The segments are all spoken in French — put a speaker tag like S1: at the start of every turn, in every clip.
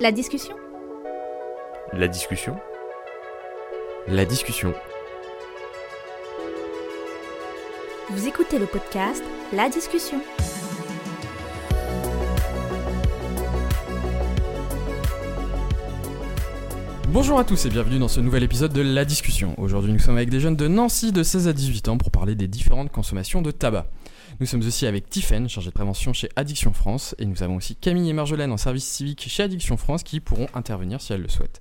S1: La discussion
S2: La discussion
S3: La discussion.
S1: Vous écoutez le podcast La discussion.
S3: Bonjour à tous et bienvenue dans ce nouvel épisode de La discussion. Aujourd'hui nous sommes avec des jeunes de Nancy de 16 à 18 ans pour parler des différentes consommations de tabac. Nous sommes aussi avec Tiffaine, chargée de prévention chez Addiction France, et nous avons aussi Camille et Marjolaine en service civique chez Addiction France qui pourront intervenir si elles le souhaitent.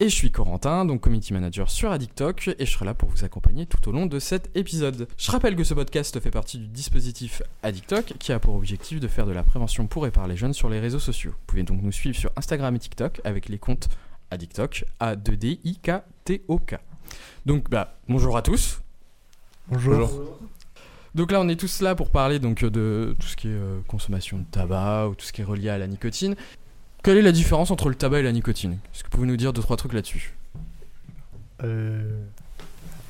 S3: Et je suis Corentin, donc community manager sur Addictoc, et je serai là pour vous accompagner tout au long de cet épisode. Je rappelle que ce podcast fait partie du dispositif Addictoc qui a pour objectif de faire de la prévention pour et par les jeunes sur les réseaux sociaux. Vous pouvez donc nous suivre sur Instagram et TikTok avec les comptes Addictoc, A2D-I-K-T-O-K. Donc, bah, bonjour à tous.
S4: Bonjour.
S3: Donc là, on est tous là pour parler donc de tout ce qui est euh, consommation de tabac ou tout ce qui est relié à la nicotine. Quelle est la différence entre le tabac et la nicotine Est-ce que vous pouvez nous dire deux trois trucs là-dessus
S4: Euh...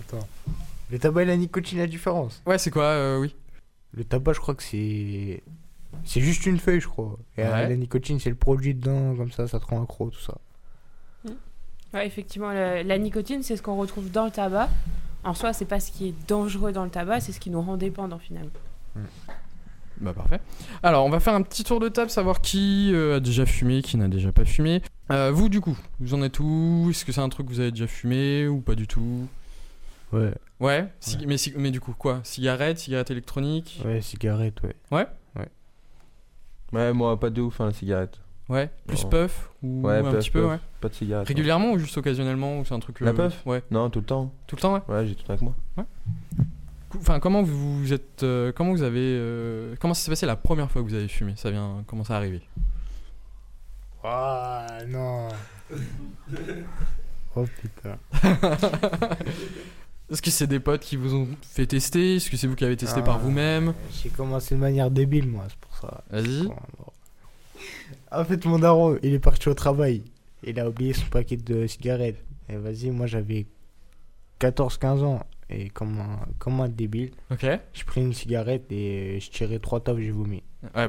S4: Attends. Le tabac et la nicotine, la différence.
S3: Ouais, c'est quoi euh, Oui.
S4: Le tabac, je crois que c'est. C'est juste une feuille, je crois. Et euh,
S3: Ouais.
S4: la nicotine, c'est le produit dedans, comme ça, ça te rend accro, tout ça.
S5: Ouais, effectivement, la, la nicotine, c'est ce qu'on retrouve dans le tabac. En soi, c'est pas ce qui est dangereux dans le tabac, c'est ce qui nous rend dépendants finalement.
S3: Bah parfait. Alors, on va faire un petit tour de table, savoir qui euh, a déjà fumé, qui n'a déjà pas fumé. Euh, vous, du coup, vous en êtes où Est-ce que c'est un truc que vous avez déjà fumé ou pas du tout
S4: Ouais,
S3: Ouais, ci- Mais, ci- mais du coup, quoi Cigarette, cigarette électronique
S4: ouais, cigarette, ouais.
S6: Ouais, moi, pas de ouf, hein, la cigarette.
S3: Ouais, plus
S6: Non.
S3: puff ou
S6: Ouais,
S3: un
S6: puff,
S3: petit peu,
S6: puff.
S3: ouais.
S6: Pas de cigarette. non.
S3: Régulièrement ou juste occasionnellement ou c'est un truc euh,
S6: La puff
S3: Ouais,
S6: Non, tout le temps.
S3: tout le temps, ouais.
S6: Ouais, j'ai tout avec moi.
S3: Enfin, comment vous vous êtes, euh, comment vous avez, euh, comment ça s'est passé la première fois que vous avez fumé Ça vient, comment ça arrivé
S4: Ah non. oh putain.
S3: Est-ce que c'est des potes qui vous ont fait tester Est-ce que c'est vous qui avez testé par
S4: Ah.
S3: vous-même
S4: J'ai commencé de manière débile, moi, c'est pour ça.
S3: Vas-y.
S4: En fait, mon daron, il est parti au travail. Il a oublié son paquet de cigarettes. Et vas-y, moi j'avais 14-15 ans. Et comme un, comme un débile,
S3: Ok. Ouais,
S4: je pris une cigarette et je tirais trois tops, j'ai vomi.
S3: bah.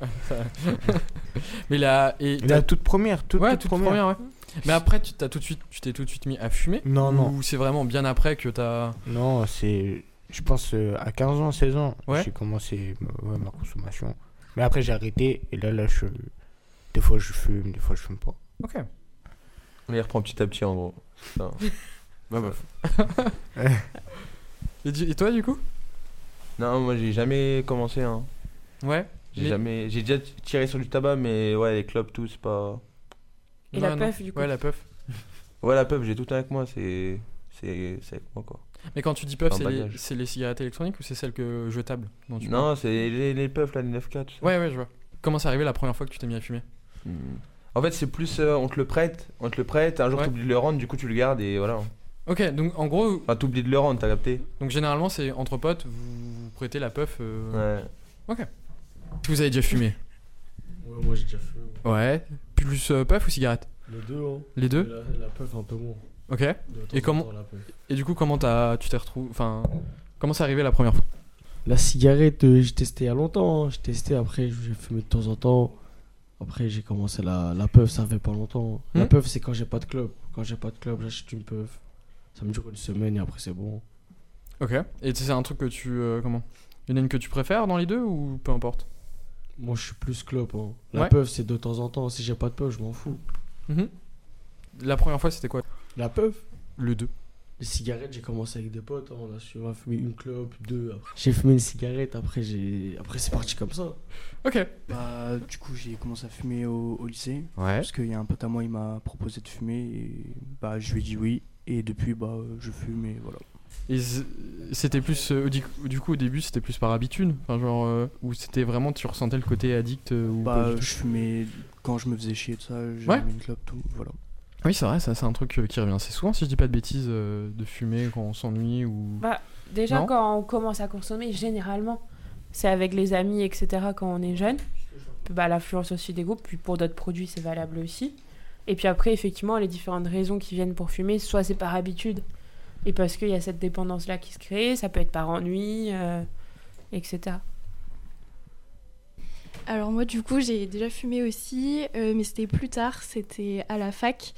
S3: Mais là, et
S4: La
S3: t'as-
S4: toute première, toute,
S3: ouais,
S4: toute
S3: toute
S4: première.
S3: première, ouais. Mais après, tu t'as tout de suite, tu t'es tout de suite mis à fumer
S4: Non, non.
S3: Ou c'est vraiment bien après que t'as.
S4: Non, c'est. Je pense euh, à 15 ans, 16 ans,
S3: Ouais.
S4: j'ai commencé ma, ouais, ma consommation. Mais après, j'ai arrêté. Et là, là, je. Des fois, je fume, des fois, je fume pas.
S3: Ok.
S6: Mais il reprend petit à petit, en gros. Putain.
S3: Bah, bah. et, du- et toi, du coup
S6: non, moi, j'ai jamais commencé, hein.
S3: Ouais.
S6: J'ai
S3: Mais-
S6: jamais... J'ai déjà t- tiré sur du tabac, mais ouais, les clubs, tout, c'est pas...
S5: Et
S3: Ouais,
S5: la
S3: non.
S5: puff, du coup.
S3: Ouais, la puff.
S6: Ouais, la pub, j'ai tout avec moi, c'est... C'est c'est avec moi, quoi.
S3: Mais quand tu dis puff,
S6: Un
S3: c'est les,
S6: bagage.
S3: c'est les cigarettes électroniques ou c'est celles que jetables dont tu
S6: Non, c'est les, les puffs, là, les 9-4. tu sais.
S3: Ouais, ouais, je vois. Comment c'est arrivé la première fois que tu t'es mis à fumer
S6: Hmm. En fait, c'est plus... euh, on te le prête, on te le prête, un jour,
S3: Ouais.
S6: t'oublies de le rendre, du coup, tu le gardes, et voilà.
S3: Ok, donc en gros,
S6: Enfin, t'oublies de le rendre, t'as capté
S3: donc généralement c'est entre potes, vous, vous prêtez la puff. euh,
S6: Ouais.
S3: si Vous avez déjà fumé
S7: Ouais, moi j'ai déjà fait
S3: Ouais. Plus euh, puff ou cigarette
S7: les deux. Hein.
S3: Les deux
S7: Mais La, la puff un peu moins.
S3: Ok.
S7: De temps
S3: Et
S7: en
S3: comment-
S7: temps, la, puff.
S3: Et du coup, comment t'as, tu t'es retrouvé. Enfin, comment c'est arrivé la première fois
S7: La cigarette, euh, j'ai testé il y a longtemps. hein. J'ai testé après, j'ai fumé de temps en temps. Après, j'ai commencé la, la puff, ça fait pas longtemps. La
S3: Hmm.
S7: puff, c'est quand j'ai pas de club. Quand j'ai pas de club, j'achète une puff. Ça me dure une semaine et après, c'est bon.
S3: Ok. Et c'est un truc que tu. euh, comment Il y en a une que tu préfères dans les deux ou peu importe
S7: Moi, je suis plus club. hein. La
S3: Ouais.
S7: puff, c'est de temps en temps. Si j'ai pas de puff, je m'en fous.
S3: Mhm. La première fois, c'était quoi
S7: La puff
S3: Le 2.
S7: Les cigarettes, j'ai commencé avec des potes. hein. On a su- on a fumé une clope, deux. après. J'ai fumé une cigarette, après, j'ai... après c'est parti comme ça.
S3: Ok.
S8: Bah, du coup, j'ai commencé à fumer au, au lycée.
S3: Ouais.
S8: Parce qu'il y a un pote à moi, il m'a proposé de fumer. Et bah, je lui ai dit oui. Et depuis, bah, euh, je fume et voilà.
S3: Et z- c'était plus. euh, du coup- du coup, au début, c'était plus par habitude Enfin, genre. euh, ou c'était vraiment. Tu ressentais le côté addict euh, ou pas
S8: Bah,
S3: du
S8: euh,
S3: tout
S8: je fumais quand je me faisais chier, tout ça. J'ai
S3: Ouais.
S8: mis une clope, tout. Voilà.
S3: Oui, c'est vrai, ça c'est un truc euh, qui revient assez souvent, si je dis pas de bêtises, euh, de fumer quand on s'ennuie ou.
S5: Bah, déjà,
S3: Non.
S5: quand on commence à consommer, généralement, c'est avec les amis, etc., quand on est jeune. Puis, Bah, L'influence aussi des groupes, puis pour d'autres produits, c'est valable aussi. Et puis après, effectivement, les différentes raisons qui viennent pour fumer, soit c'est par habitude, et parce qu'il y a cette dépendance-là qui se crée, ça peut être par ennui, euh, etc.
S9: Alors moi du coup j'ai déjà fumé aussi, euh, mais c'était plus tard, c'était à la fac,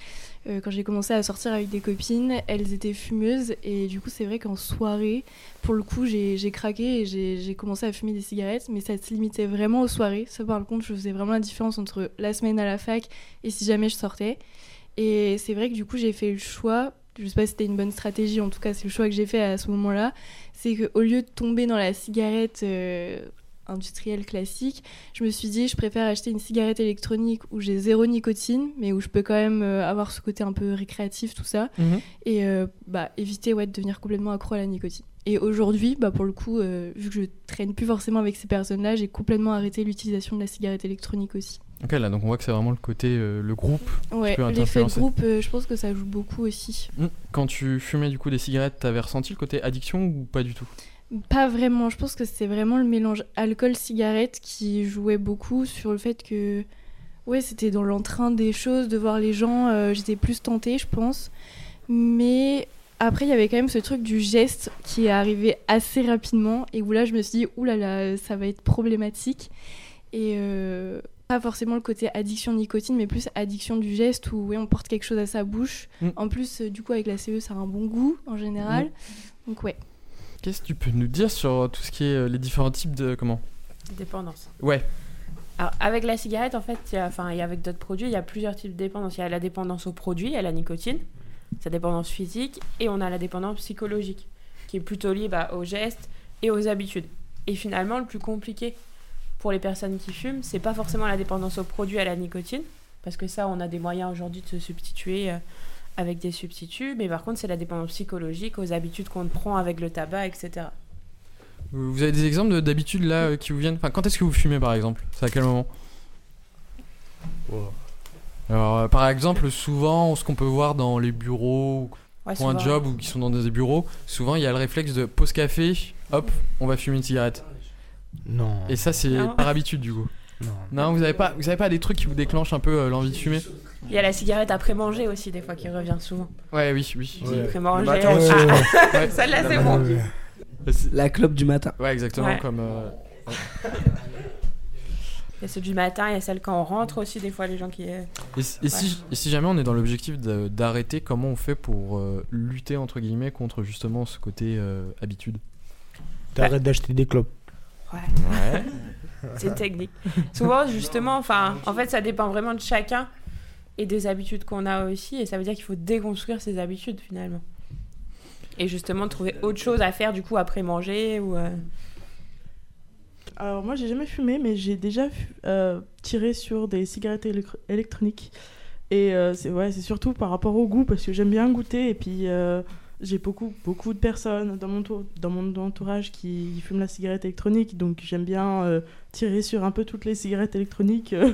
S9: euh, quand j'ai commencé à sortir avec des copines, elles étaient fumeuses et du coup c'est vrai qu'en soirée, pour le coup j'ai j'ai craqué et j'ai j'ai commencé à fumer des cigarettes, mais ça se limitait vraiment aux soirées, ça par contre je faisais vraiment la différence entre la semaine à la fac et si jamais je sortais. Et c'est vrai que du coup j'ai fait le choix, je sais pas si c'était une bonne stratégie, en tout cas c'est le choix que j'ai fait à ce moment-là, c'est qu'au lieu de tomber dans la cigarette... euh, industrielle classique, je me suis dit je préfère acheter une cigarette électronique où j'ai zéro nicotine mais où je peux quand même euh, avoir ce côté un peu récréatif tout ça
S3: Mhm.
S9: et euh, bah, éviter ouais, de devenir complètement accro à la nicotine. Et aujourd'hui, bah, pour le coup, euh, vu que je traîne plus forcément avec ces personnes-là, j'ai complètement arrêté l'utilisation de la cigarette électronique aussi.
S3: Ok, là, donc on voit que c'est vraiment le côté, euh, le groupe.
S9: Ouais,
S3: peux
S9: l'effet de
S3: t'influencer.
S9: groupe, euh, je pense que ça joue beaucoup aussi.
S3: Hmm. Quand tu fumais du coup des cigarettes, t'avais ressenti le côté addiction ou pas du tout
S9: Pas vraiment, je pense que c'est vraiment le mélange alcool-cigarette qui jouait beaucoup sur le fait que ouais, c'était dans l'entrain des choses, de voir les gens, euh, j'étais plus tentée, je pense. Mais après, il y avait quand même ce truc du geste qui est arrivé assez rapidement et où là, je me suis dit, oulala, ça va être problématique. Et euh, pas forcément le côté addiction nicotine, mais plus addiction du geste où ouais, on porte quelque chose à sa bouche.
S3: Mm.
S9: En plus, euh, du coup, avec la CE, ça a un bon goût en général. Donc, ouais.
S3: Qu'est-ce que tu peux nous dire sur tout ce qui est euh, les différents types de comment
S5: Dépendance.
S3: Ouais.
S5: Alors, avec la cigarette, en fait, il y a- enfin, et avec d'autres produits, il y a plusieurs types de dépendance. Il y a la dépendance au produit, à la nicotine, sa dépendance physique, et on a la dépendance psychologique, qui est plutôt liée bah, aux gestes et aux habitudes. Et finalement, le plus compliqué pour les personnes qui fument, c'est pas forcément la dépendance au produit, à la nicotine, parce que ça, on a des moyens aujourd'hui de se substituer euh, avec des substituts, mais par contre, c'est la dépendance psychologique aux habitudes qu'on prend avec le tabac, etc.
S3: Vous vous avez des exemples de- d'habitudes là euh, qui vous viennent Enfin, quand est-ce que vous fumez par exemple C'est à quel moment Alors, euh, par exemple, souvent, ce qu'on peut voir dans les bureaux
S5: Ouais,
S3: pour un
S5: Ah, souvent.
S3: job ou qui sont dans des bureaux, souvent il y a le réflexe de pause café, hop, on va fumer une cigarette.
S4: Non.
S3: Et ça, c'est
S5: Non.
S3: par habitude du coup.
S4: Non.
S3: Non, vous avez pas, vous avez pas des trucs qui vous déclenchent un peu euh, l'envie de fumer
S5: Il y a la cigarette après manger aussi, des fois, qui revient souvent.
S3: Ouais, oui, oui.
S5: J'ai après
S6: Mais
S5: manger.
S6: bah, attends,
S5: ah,
S4: Ouais.
S3: Ouais,
S5: Celle-là, c'est
S4: Ah
S5: bon.
S4: ouais.
S7: La clope du matin.
S3: ouais, exactement
S5: Ouais.
S3: comme. euh,
S5: Il y a celle du matin, il y a celle quand on rentre aussi, des fois, les gens qui. euh,
S3: Et, si- et si, et si jamais on est dans l'objectif de- d'arrêter, comment on fait pour euh, lutter entre guillemets contre justement ce côté euh, habitude
S4: T'arrêtes d'acheter des clopes.
S5: Ouais. c'est une technique. Souvent, justement, enfin, en fait, ça dépend vraiment de chacun et des habitudes qu'on a aussi. Et ça veut dire qu'il faut déconstruire ses habitudes, finalement. Et justement, trouver autre chose à faire, du coup, après manger ou. euh,
S10: Alors moi j'ai jamais fumé mais j'ai déjà fu- euh, tiré sur des cigarettes électro- électroniques et euh, c'est ouais c'est surtout par rapport au goût parce que j'aime bien goûter et puis euh, j'ai beaucoup beaucoup de personnes dans mon tou- dans mon entourage qui, qui fument la cigarette électronique donc j'aime bien euh, tirer sur un peu toutes les cigarettes électroniques euh,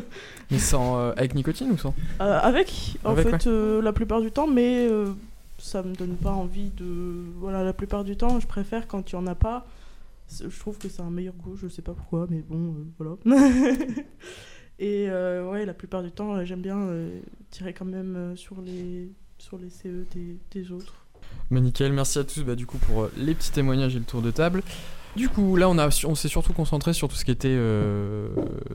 S3: Mais sans euh, avec nicotine ou sans
S10: euh, avec en
S3: Avec,
S10: fait
S3: ouais.
S10: euh, la plupart du temps mais euh, ça me donne pas envie de voilà la plupart du temps je préfère quand il y en a pas C'est- je trouve que c'est un meilleur goût je sais pas pourquoi mais bon euh, voilà et euh, ouais la plupart du temps euh, j'aime bien euh, tirer quand même euh, sur les sur les CE des, des autres
S3: Bah, nickel, merci à tous bah, du coup pour euh, les petits témoignages et le tour de table. Du coup, là on, a, on s'est surtout concentré sur tout ce qui était euh,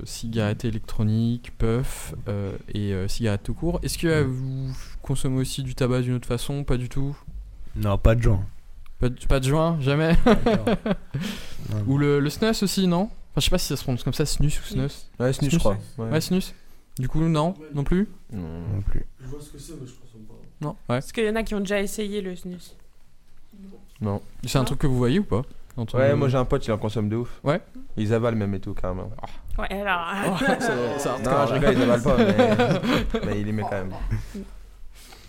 S3: cigarette électronique, puff euh, et euh, cigarette tout court. Est-ce que euh, vous consommez aussi du tabac d'une autre façon Pas du tout
S4: Non, pas de gens.
S3: pas de, pas de joint Jamais
S4: Non.
S3: Ou le, le snus aussi, non Enfin, je sais pas si ça se prononce comme ça, snus ou snus.
S6: Ouais, Snus, je crois. Ouais.
S3: Ouais, snus. Du coup, non, non plus
S6: Non.
S4: Non plus.
S3: Non, ouais.
S5: Parce qu'il y en a qui ont déjà essayé le snus.
S6: Non.
S3: C'est un
S5: Non.
S3: truc que vous voyez ou pas Dans ton-
S6: Ouais, moi j'ai un pote, il en consomme de ouf.
S3: Ouais.
S6: Ils avalent même et tout, carrément.
S5: Ouais, alors.
S3: Oh, c'est- c'est
S6: Non,
S3: hardcore,
S6: je
S3: là.
S6: rigole, ils avalent pas, mais... mais il les met quand même.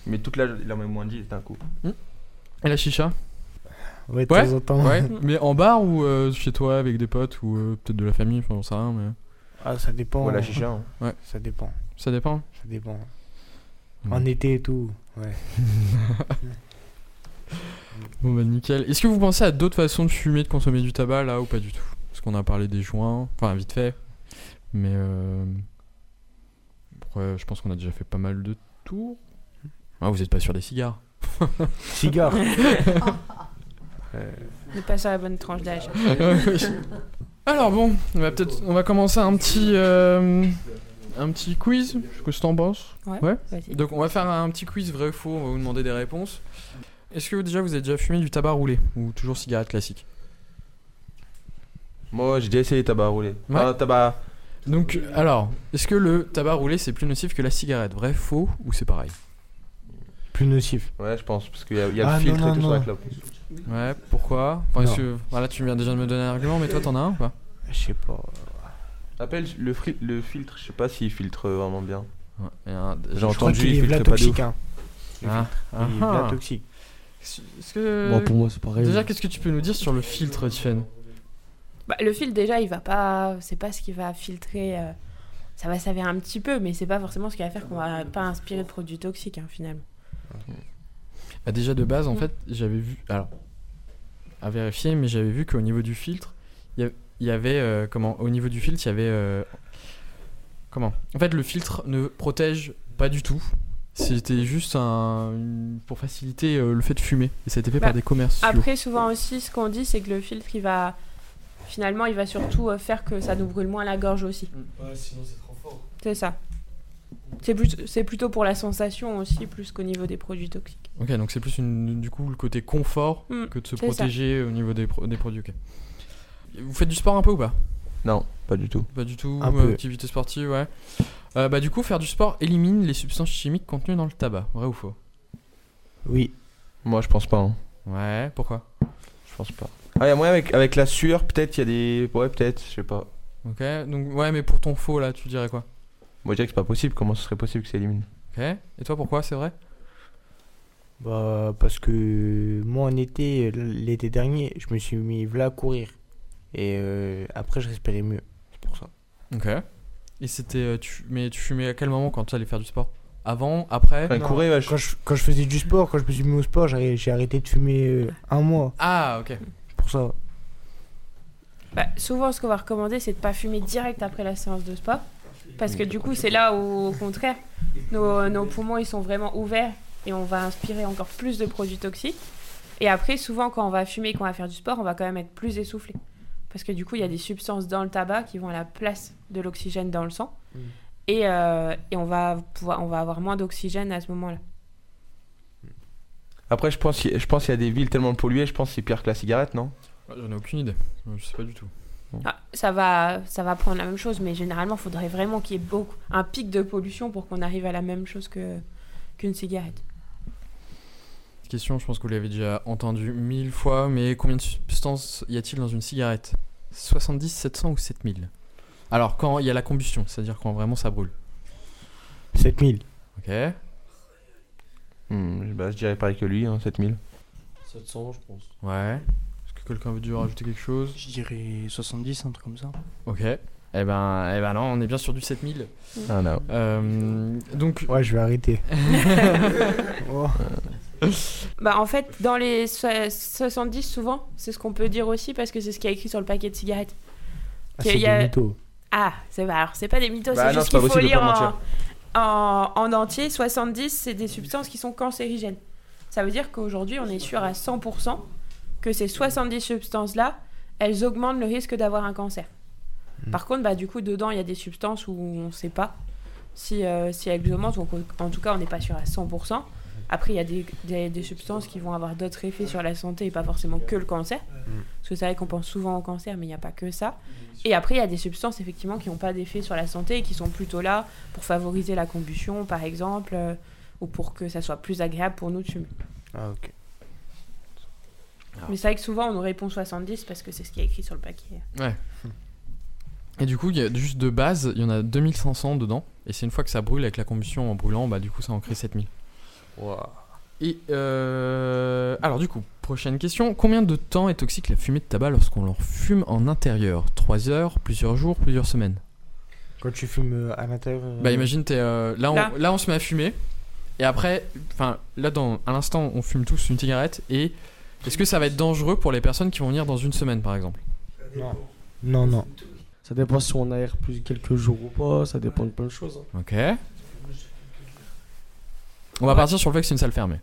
S6: Mais toute la, il en met moins 10 d'un coup.
S3: Et la chicha
S4: Ouais, de temps en temps.
S3: Ouais. mais en bar ou euh, chez toi avec des potes ou euh, peut-être de la famille, enfin, j'en sais rien, mais
S4: Ah, ça dépend.
S6: Ouais, la chicha. hein.
S4: Ça dépend.
S3: ça dépend.
S4: Ça dépend.
S3: Mm.
S4: En été et tout. Ouais.
S3: Bon bah nickel. Est-ce que vous pensez à d'autres façons de fumer, de consommer du tabac là ou pas du tout Parce qu'on a parlé des joints, enfin vite fait. Mais euh... ouais, je pense qu'on a déjà fait pas mal de tours. Ah, vous êtes pas sur des cigares.
S4: Cigare.
S5: Ne pas sur la bonne tranche d'âge.
S3: Oui. Alors bon, on va peut-être, on va commencer un petit, euh, un petit quiz. Qu'est-ce que t'en penses
S5: Ouais, vas-y.
S3: Donc on va faire un petit quiz vrai ou faux. On va vous demander des réponses. Est-ce que vous, déjà vous avez déjà fumé du tabac roulé ou toujours cigarette classique
S6: Moi, j'ai déjà essayé le tabac roulé.
S3: Ouais.
S6: Ah, tabac.
S3: Donc alors, est-ce que le tabac roulé c'est plus nocif que la cigarette Vrai, faux ou c'est pareil
S4: Plus nocif.
S6: Ouais, je pense, parce qu'il y a, il y a
S4: Ah,
S6: le filtre
S4: non, non,
S6: et tout sur la
S4: non.
S6: clope.
S3: Ouais, pourquoi enfin,
S4: Non.
S3: est-ce que- Voilà, tu viens déjà de me donner un argument, mais toi t'en as un ou pas
S4: Je sais pas.
S6: Appelle le, fri- le filtre, je sais pas s'il filtre vraiment bien.
S3: Ouais, et un-
S6: J'ai
S3: je
S4: Je crois
S6: entendu,
S4: qu'il est
S6: il
S4: vla
S6: filtre pas de
S4: toxique.
S6: ouf.
S4: hein.
S3: Ah, ah,
S4: Il est
S3: ah.
S4: vla toxique.
S3: Est-ce que...
S7: Bon, pour moi, c'est pareil.
S3: Déjà, qu'est-ce que tu peux nous dire sur le filtre, Tiffen
S5: Bah, le fil, déjà, il va pas. C'est pas ce qui va filtrer. euh, Ça va servir un petit peu, mais c'est pas forcément ce qui va faire qu'on va pas inspirer de produits toxiques, hein, finalement.
S3: Bah, Déjà, de base, en
S5: Mm.
S3: fait, j'avais vu... Alors, à vérifier, mais j'avais vu qu'au niveau du filtre, il y a- il y avait... euh, comment Au niveau du filtre, il y avait... euh, Comment En fait, le filtre ne protège pas du tout. C'était juste un... une- pour faciliter euh, le fait de fumer. Et ça a été fait
S5: Bah,
S3: par des commerciaux.
S5: Après, souvent aussi, ce qu'on dit, c'est que le filtre, il va. Finalement, il va surtout euh, faire que ça nous brûle moins la gorge aussi.
S7: sinon, c'est trop fort.
S5: C'est ça. C'est plus- c'est plutôt pour la sensation aussi, plus qu'au niveau des produits toxiques.
S3: Ok, donc c'est plus une- du coup le côté confort
S5: Mm,
S3: que de se
S5: c'est ça.
S3: protéger au niveau des, pro- des produits. ok. Vous faites du sport un peu ou pas
S6: Non, pas du tout.
S3: Pas du tout,
S4: Un
S3: euh,
S4: peu.
S3: activité sportive, ouais. Euh, bah du coup, faire du sport élimine les substances chimiques contenues dans le tabac, vrai ou faux
S4: Oui.
S6: Moi, je pense pas. hein.
S3: Ouais, pourquoi
S6: Je pense pas. Ah, y a moyen avec, avec la sueur, peut-être, il y a des. Ouais, peut-être, je sais pas.
S3: Ok, donc ouais, mais pour ton faux là, tu dirais quoi
S6: Moi, je dirais que c'est pas possible. Comment ce serait possible que ça élimine
S3: Ok, et toi pourquoi, c'est vrai
S4: Bah, parce que moi, en été, l'été dernier, je me suis mis là à courir. Et euh, après, je respirais mieux. C'est pour ça.
S3: Ok. Et c'était, euh, tu, mais tu fumais à quel moment quand tu allais faire du sport Avant, après
S6: Enfin,
S4: Non.
S6: courir, ouais, je-
S4: Quand je, quand je faisais du sport, quand je me suis mis au sport, j'ai j'ai arrêté de fumer euh, un mois.
S3: Ah, ok.
S4: C'est pour ça.
S5: Bah, souvent, ce qu'on va recommander, c'est de pas fumer direct après la séance de sport. Parce que du coup, c'est là où, au contraire, nos, nos poumons ils sont vraiment ouverts et on va inspirer encore plus de produits toxiques. Et après, souvent, quand on va fumer et qu'on va faire du sport, on va quand même être plus essoufflé. Parce que du coup, il y a des substances dans le tabac qui vont à la place de l'oxygène dans le sang. Et, euh, et on, va pouvoir, on va avoir moins d'oxygène à ce moment-là.
S6: Après, je pense qu'il y a- je pense qu'il y a des villes tellement polluées, je pense que c'est pire que la cigarette, non
S3: Ouais, J'en ai aucune idée, Euh, je sais pas du tout.
S5: Ah, ça, va, ça va prendre la même chose, mais généralement, il faudrait vraiment qu'il y ait beaucoup, un pic de pollution pour qu'on arrive à la même chose que, qu'une cigarette.
S3: Cette question, je pense que vous l'avez déjà entendue mille fois, mais combien de substances y a-t-il dans une cigarette 70, 700 ou 7000 Alors, quand il y a la combustion, c'est-à-dire quand vraiment ça brûle.
S4: 7000.
S3: Ok.
S6: Hmm, bah, Je dirais pareil que lui, hein, 7000.
S7: 700, je pense.
S3: Ouais. Est-ce que quelqu'un veut dû rajouter quelque chose
S8: Je dirais 70, un truc comme ça.
S3: Ok. Eh ben, eh ben non, on est bien sur du 7000.
S6: Ah, non.
S3: Euh, donc,
S4: Ouais, je vais arrêter. Oh.
S5: Bah, en fait, dans les so- 70, souvent, c'est ce qu'on peut dire aussi parce que c'est ce qu'il y a écrit sur le paquet de cigarettes.
S4: Ah,
S5: Que
S4: c'est
S5: y a-
S4: des mythos.
S5: Ah, c'est pas, alors, c'est pas des mythos, c'est
S6: Bah non,
S5: juste
S6: c'est pas
S5: qu'il faut
S6: possible
S5: lire
S6: de pas
S5: en,
S6: mentir.
S5: en, en entier. 70, c'est des substances qui sont cancérigènes. Ça veut dire qu'aujourd'hui, on est sûr à 100% que ces 70 substances-là, elles augmentent le risque d'avoir un cancer.
S6: Hmm.
S5: Par contre, bah, du coup, dedans, il y a des substances où on ne sait pas si, euh, si elles augmentent. Donc, en tout cas, on n'est pas sûr à 100%. Après, il y a des, des- des substances qui vont avoir d'autres effets sur la santé et pas forcément que le cancer.
S6: Hmm.
S5: Parce que c'est vrai qu'on pense souvent au cancer, mais il n'y a pas que ça. Et après, il y a des substances effectivement qui n'ont pas d'effet sur la santé et qui sont plutôt là pour favoriser la combustion, par exemple, euh, ou pour que ça soit plus agréable pour nous de fumer.
S4: Ah, ok.
S5: Mais c'est vrai que souvent, on nous répond 70 parce que c'est ce qui est écrit sur le paquet.
S3: et du coup, il y a juste de base, il y en a 2500 dedans. Et c'est une fois que ça brûle avec la combustion en brûlant, bah du coup, ça en crée 7000. Et euh, alors du coup, prochaine question. Combien de temps est toxique la fumée de tabac lorsqu'on leur fume en intérieur 3 heures, plusieurs jours, plusieurs semaines
S4: Quand tu fumes euh, à l'intérieur. euh,
S3: Bah imagine, t'es, euh, là, on, là.
S5: Là.
S3: on se met à fumer. Et après, enfin là dans, à l'instant, on fume tous une cigarette. Et est-ce que ça va être dangereux pour les personnes qui vont venir dans une semaine par exemple
S4: Non. Non, non.
S7: Ça dépend si on aère plus quelques jours ou pas, ça dépend de plein de choses. hein.
S3: Ok. On va partir sur le fait que c'est une salle fermée.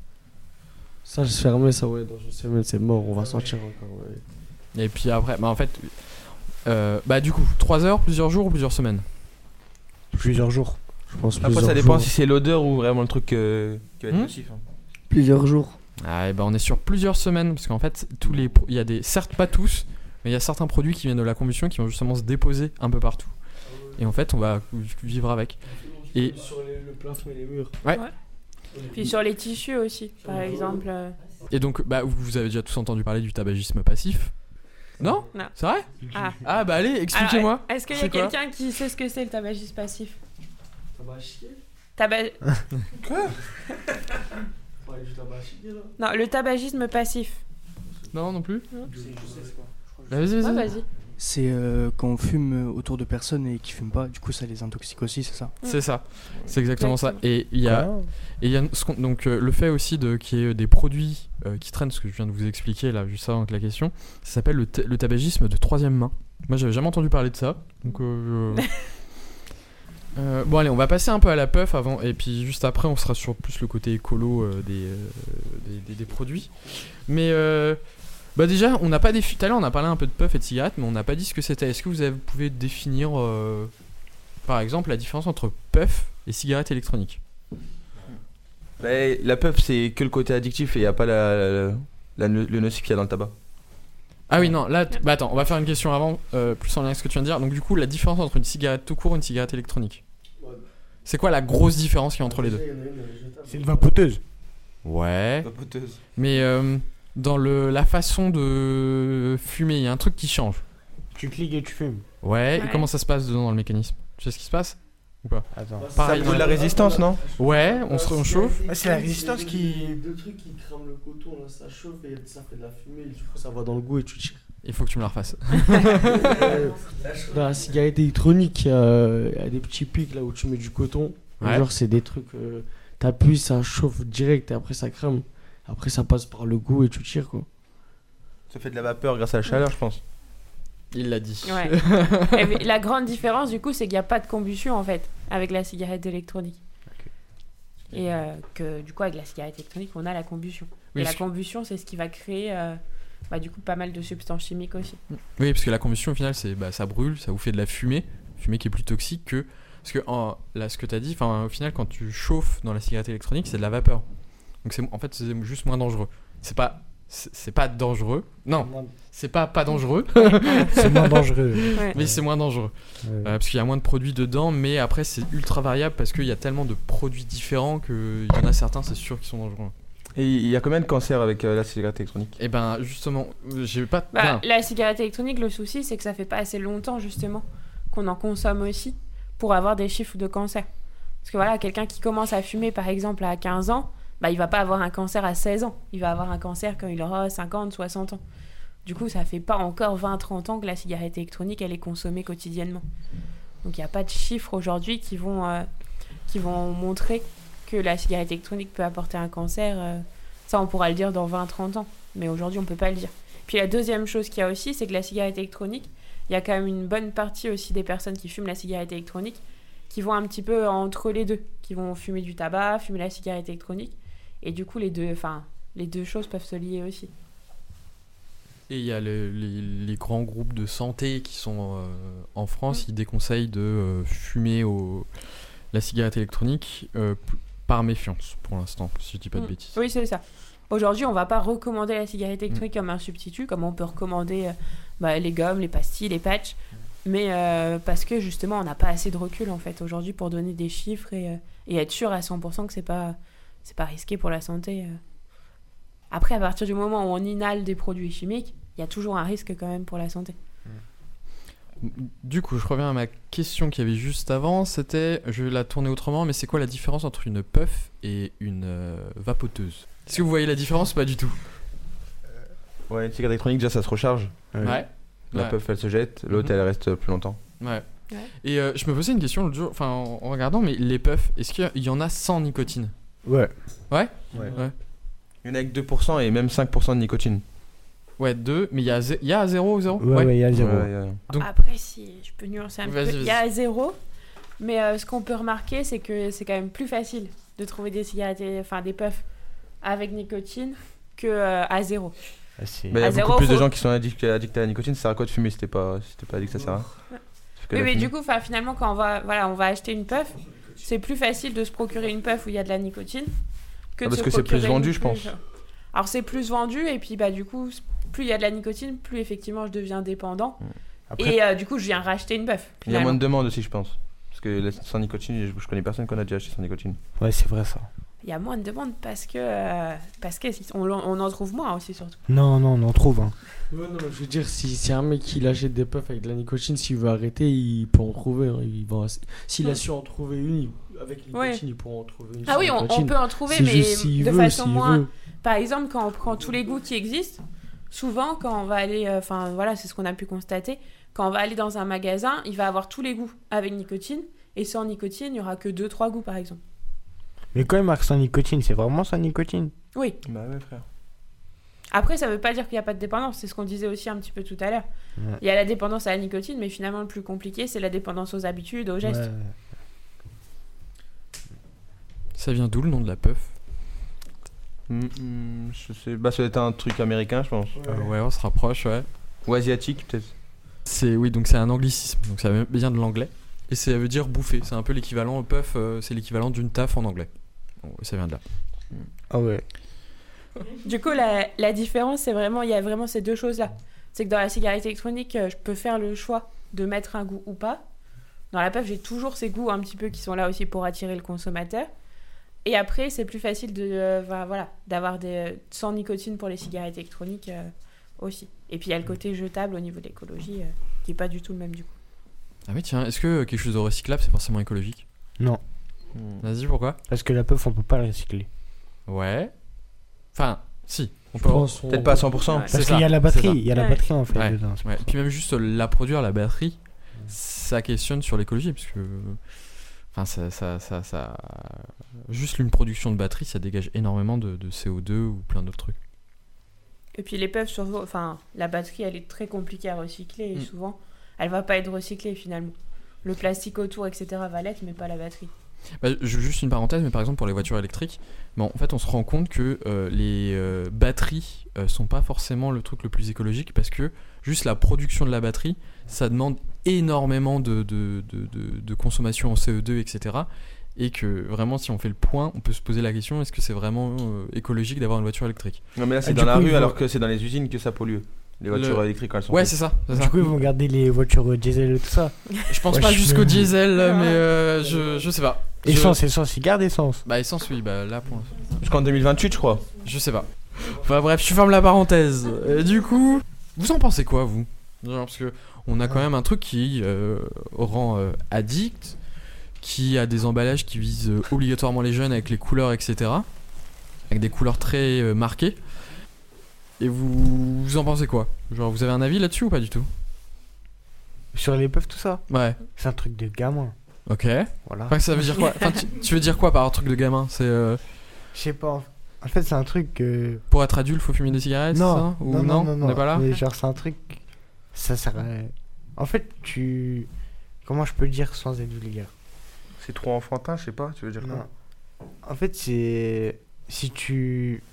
S7: Ça, je Ah fermais ça, ouais, dans une semaine, c'est mort, on va sortir encore. Ouais.
S3: Et puis après, bah en fait, Euh, bah du coup, 3 heures, plusieurs jours ou plusieurs semaines
S4: Plusieurs jours.
S7: Je pense
S6: Après, ça dépend si c'est l'odeur ou vraiment le truc euh, qui va être
S3: Hmm
S6: nocif. hein.
S7: Plusieurs jours.
S3: Ah, et ben on est sur plusieurs semaines parce qu'en fait tous les pro- il y a des certes pas tous mais il y a certains produits qui viennent de la combustion qui vont justement se déposer un peu partout et en fait on va vivre avec et
S7: Sur le plafond et les murs.
S3: ouais,
S5: Puis sur les tissus aussi, par exemple. euh,
S3: et donc bah vous- vous avez déjà tous entendu parler du tabagisme passif non,
S5: Non.
S3: c'est vrai
S5: Ah.
S3: ah bah allez expliquez-moi
S5: Alors, Est-ce qu'il y a
S3: C'est quoi
S5: quelqu'un qui sait ce que c'est le tabagisme passif Tabac. Non, le tabagisme passif.
S3: non non plus Bah, vas-y
S5: Ouais,
S3: vas-y
S5: vas-y.
S8: C'est euh, quand on fume autour de personnes et qui fument pas, du coup ça les intoxique aussi, c'est ça
S3: C'est ça, c'est exactement ça. Et il y a,
S4: Quoi
S3: et il y a ce qu'on- donc euh, le fait aussi de qu'il y ait des produits euh, qui traînent, ce que je viens de vous expliquer là juste avant que la question, ça s'appelle le, ta- le tabagisme de troisième main. Moi j'avais jamais entendu parler de ça, donc euh, je- Euh, bon allez, on va passer un peu à la puff avant, et puis juste après on sera sur plus le côté écolo euh, des, euh, des, des- des produits. Mais euh, bah déjà, on n'a pas défini. Tout à l'heure, on a parlé un peu de puff et de cigarettes, mais on n'a pas dit ce que c'était. Est-ce que vous avez- pouvez définir, euh, par exemple, la différence entre puff et cigarette électronique
S6: Bah, la puff, c'est que le côté addictif et il n'y a pas la, la- la- le nocif qu'il y a dans le tabac.
S3: Ah oui, non, là, t- bah attends, on va faire une question avant, euh, plus en lien avec ce que tu viens de dire. Donc, du coup, la différence entre une cigarette tout court et une cigarette électronique C'est quoi la grosse différence qu'il y a entre les deux
S4: C'est une vapoteuse.
S3: Ouais.
S6: Vapoteuse.
S3: Mais euh, dans le, la façon de fumer, il y a un truc qui change.
S4: Tu cliques et tu fumes.
S3: Ouais, et
S5: Ouais.
S3: comment ça se passe dedans dans le mécanisme Tu sais ce qui se passe
S4: Attends.
S6: Ça
S3: Pareil,
S6: brûle
S3: ouais.
S6: la résistance, non
S3: Ouais, on se on chauffe.
S4: Ah, c'est la résistance qui-
S7: Deux trucs qui crament le coton, là, ça chauffe et ça fait de la fumée. Du coup, ça va dans le goût et tu tires.
S3: Il faut que tu me la refasses.
S7: Dans la cigarette électronique, il y, a- il y a des petits pics là où tu mets du coton.
S3: Ouais.
S7: Genre, c'est des trucs. euh, T'appuies, ça chauffe direct et après ça crame. Après, ça passe par le goût et tu tires quoi.
S6: Ça fait de la vapeur grâce à la chaleur, je pense.
S3: Il l'a dit.
S5: Ouais. Et mais la grande différence, du coup, c'est qu'il n'y a pas de combustion, en fait, avec la cigarette électronique. Et euh, que, du coup, avec la cigarette électronique, on a la combustion.
S3: Oui,
S5: et la
S3: parce que-
S5: combustion, c'est ce qui va créer, euh, bah, du coup, pas mal de substances chimiques aussi.
S3: Oui, parce que la combustion, au final, c'est, bah, ça brûle, ça vous fait de la fumée, fumée qui est plus toxique que. Parce que en- là, ce que tu as dit, enfin, au final, quand tu chauffes dans la cigarette électronique, c'est de la vapeur. Donc, c'est, en fait, c'est juste moins dangereux. C'est pas, c'est, c'est pas dangereux. Non, c'est pas pas dangereux,
S4: C'est moins dangereux.
S3: mais c'est moins dangereux. Euh, parce qu'il y a moins de produits dedans, mais après, c'est ultra variable parce qu'il y a tellement de produits différents qu'il y en a certains, c'est sûr, qui sont dangereux.
S6: Et il y a combien de cancers avec euh, la cigarette électronique
S3: Et ben, justement, euh, j'ai pas.
S5: Bah,
S3: enfin,
S5: la cigarette électronique, le souci, c'est que ça fait pas assez longtemps, justement, qu'on en consomme aussi pour avoir des chiffres de cancer. Parce que voilà, quelqu'un qui commence à fumer, par exemple, à 15 ans, bah, il va pas avoir un cancer à 16 ans. Il va avoir un cancer quand il aura 50, 60 ans. Du coup, ça fait pas encore 20, 30 ans que la cigarette électronique, elle est consommée quotidiennement. Donc, il n'y a pas de chiffres aujourd'hui qui vont, euh, qui vont montrer que la cigarette électronique peut apporter un cancer. euh, ça, on pourra le dire dans 20, 30 ans. Mais aujourd'hui, on peut pas le dire. Puis la deuxième chose qu'il y a aussi, c'est que la cigarette électronique, il y a quand même une bonne partie aussi des personnes qui fument la cigarette électronique qui vont un petit peu entre les deux, qui vont fumer du tabac, fumer la cigarette électronique. Et du coup, les deux, enfin, les deux choses peuvent se lier aussi.
S3: Et il y a le- les, les grands groupes de santé qui sont euh, en France,
S5: Mm.
S3: ils déconseillent de euh, fumer au, la cigarette électronique euh, p- par méfiance pour l'instant, si je dis pas de
S5: Mm.
S3: bêtises.
S5: Oui, c'est ça. Aujourd'hui, on va pas recommander la cigarette électronique comme un substitut, comme on peut recommander euh, bah, les gommes, les pastilles, les patchs. Mais euh, parce que justement, on n'a pas assez de recul en fait aujourd'hui pour donner des chiffres et, euh, et être sûr à 100% que c'est pas c'est pas risqué pour la santé. euh. Après, à partir du moment où on inhale des produits chimiques, il y a toujours un risque quand même pour la santé.
S3: Du coup, je reviens à ma question qu'il y avait juste avant, c'était, je vais la tourner autrement, mais c'est quoi la différence entre une puff et une euh, vapoteuse Est-ce que vous voyez la différence Pas du tout.
S6: Ouais, une cigarette électronique, déjà, ça se recharge. La
S3: Ouais.
S6: puff, elle se jette, l'autre,
S3: Mhm.
S6: elle reste plus longtemps.
S3: Ouais.
S5: Ouais.
S3: Et euh, je me posais une question l'autre jour, enfin en en regardant, mais les puffs, est-ce qu'il y a- il y en a sans nicotine
S4: Ouais.
S6: Il y en a avec 2% et même 5% de nicotine.
S3: Ouais, deux, mais il y a zé- il y a à zéro ou zéro
S4: Ouais, ouais, il y a zéro.
S6: Ouais, ouais.
S3: Donc-
S5: Après, si je peux nuancer un petit
S3: Vas-y,
S5: peu, il y a à zéro. Mais euh, ce qu'on peut remarquer, c'est que c'est quand même plus facile de trouver des cigarettes, enfin des puffs avec nicotine que euh, à zéro.
S4: Ah,
S6: Mais il y a
S5: À
S6: beaucoup
S5: zéro
S6: plus de
S5: faute.
S6: gens qui sont addicts, addicts à la nicotine. Ça sert à quoi de fumer si t'es pas, si t'es pas addict Ça sert à rien. Parce que
S5: Oui,
S6: la
S5: mais
S6: fumée-
S5: du coup, enfin, finalement, quand on va, voilà, on va acheter une puff, c'est plus facile de se procurer une puff où il y a de la nicotine que de
S6: Ah, parce
S5: se
S6: que c'est plus
S5: procurer une
S6: vendu, je
S5: puff.
S6: pense.
S5: Alors, c'est plus vendu, et puis bah, du coup, c- plus il y a de la nicotine, plus effectivement je deviens dépendant.
S6: Après-
S5: Et euh, du coup, je viens racheter une puff.
S6: Il y a moins de
S5: finalement.
S6: demandes aussi, je pense. Parce que la- sans nicotine, je, je connais personne qu'on a déjà acheté sans nicotine.
S4: Ouais, c'est vrai ça.
S5: Il y a moins de demandes parce que. euh, parce que on, on en trouve moins aussi, surtout.
S4: Non, non, on en trouve. Hein.
S7: Ouais, non, mais je veux dire, si c'est un mec qui achète des puffs avec de la nicotine, s'il veut arrêter, il peut en trouver. hein, il va- S'il a su en trouver une, il- avec la
S5: Ouais.
S7: nicotine, il pourra en trouver une.
S5: Ah
S7: sans
S5: oui, on, on
S7: nicotine.
S5: peut en trouver,
S7: C'est
S5: mais
S7: juste s'il
S5: de
S7: veut,
S5: façon
S7: s'il
S5: moins.
S7: veut.
S5: Par exemple, quand on prend tous les goûts qui existent, souvent, quand on va aller. euh, Enfin, voilà, c'est ce qu'on a pu constater. Quand on va aller dans un magasin, il va avoir tous les goûts avec nicotine. Et sans nicotine, il n'y aura que 2-3 goûts, par exemple.
S4: Mais quand il marque sans nicotine, c'est vraiment sans nicotine
S5: Oui.
S6: Bah ouais, frère.
S5: Après, ça ne veut pas dire qu'il n'y a pas de dépendance. C'est ce qu'on disait aussi un petit peu tout à l'heure.
S4: Ouais.
S5: Il y a la dépendance à la nicotine, mais finalement, le plus compliqué, c'est la dépendance aux habitudes, aux gestes.
S4: Ouais.
S3: Ça vient d'où le nom de la puff
S6: Hum, hum, je sais. Bah, ça doit être un truc américain, je pense.
S3: Euh, Ouais, on se rapproche, ouais.
S6: Ou asiatique, peut-être.
S3: C'est oui, donc c'est un anglicisme, donc ça vient de l'anglais et ça veut dire bouffer. C'est un peu l'équivalent au puff, euh, c'est l'équivalent d'une taf en anglais. Donc, ça vient de là.
S4: Ah ouais.
S5: Du coup, la, la différence, c'est vraiment, il y a vraiment ces deux choses-là. C'est que dans la cigarette électronique, euh, je peux faire le choix de mettre un goût ou pas. Dans la puff, j'ai toujours ces goûts un petit peu qui sont là aussi pour attirer le consommateur. Et après, c'est plus facile de, euh, va- voilà, d'avoir des euh, sans nicotine pour les cigarettes électroniques euh, aussi. Et puis il y a le côté jetable au niveau de l'écologie, euh, qui est pas du tout le même du coup.
S3: Ah oui, tiens, est-ce que quelque chose de recyclable c'est forcément écologique
S4: Non.
S6: Mm.
S3: Vas-y, pourquoi
S4: Parce que la puff, on peut pas la recycler.
S3: Ouais. Enfin, si. On
S7: Je
S3: peut.
S7: pense on-
S6: Peut-être pas à 100%.
S3: Ouais. C'est
S4: Parce
S3: ça,
S4: qu'il y a la
S3: c'est
S4: batterie,
S3: ça.
S4: il y a la
S5: Ouais.
S4: batterie en fait
S3: Ouais.
S4: dedans. c'est pour
S3: Ouais,
S4: ça.
S3: Puis même juste euh, la produire, la batterie, ça questionne sur l'écologie, parce que. Enfin, ça, ça, ça, ça- Juste une production de batterie, ça dégage énormément de, de CO2 ou plein d'autres trucs.
S5: Et puis les puffs, sur... enfin, la batterie, elle est très compliquée à recycler et
S3: Mm.
S5: souvent, elle va pas être recyclée finalement. Le plastique autour, etc., va l'être, mais pas la batterie.
S3: Bah, ju- juste une parenthèse, mais par exemple pour les voitures électriques, bah, en fait on se rend compte que euh, les euh, batteries euh, sont pas forcément le truc le plus écologique parce que juste la production de la batterie, ça demande énormément de, de, de- de- de consommation en CO2, etc. Et que vraiment si on fait le point, on peut se poser la question est-ce que c'est vraiment euh, écologique d'avoir une voiture électrique
S6: Non, mais là, c'est
S4: Ah,
S6: dans
S4: du
S6: la
S4: coup,
S6: rue,
S4: ils
S6: alors
S4: vont-
S6: que c'est dans les usines que ça pollue.
S3: Le-
S6: Les voitures euh, électriques, quand elles sont.
S3: Ouais
S6: faites.
S3: c'est ça, c'est ça.
S4: Du coup, ils vont garder les voitures euh, diesel et tout ça.
S3: Je pense
S4: Ouais,
S3: pas
S4: je-
S3: jusqu'au diesel, mais
S5: Ouais.
S3: euh, je, je sais pas. Je-
S4: Essence, essence, ils gardent essence.
S3: Bah essence oui, bah là pour l'instant.
S6: Jusqu'en 2028, je crois.
S3: Je sais pas. Enfin bref, je ferme la parenthèse. Et du coup, vous en pensez quoi, vous Genre, Parce que on a quand même un truc qui euh, rend euh, addict, qui a des emballages qui visent euh, obligatoirement les jeunes avec les couleurs, etc. Avec des couleurs très euh, marquées. Et vous, vous en pensez quoi Genre, vous avez un avis là-dessus ou pas du tout
S4: Sur les puffs, tout ça.
S3: Ouais.
S4: C'est un truc de gamin.
S3: Ok.
S4: Voilà.
S3: Enfin, ça veut dire quoi Enfin, tu, tu veux dire quoi par un truc de gamin C'est euh,
S4: Je sais pas. En fait, c'est un truc que.
S3: pour être adulte, faut fumer des cigarettes, c'est ça Ou non, On n'est pas là
S4: Mais genre, c'est un truc. Ça sert à... En fait, tu. Comment je peux dire sans être vulgaire
S6: C'est trop enfantin, je sais pas, tu veux dire
S4: Non. En fait, c'est. Si tu.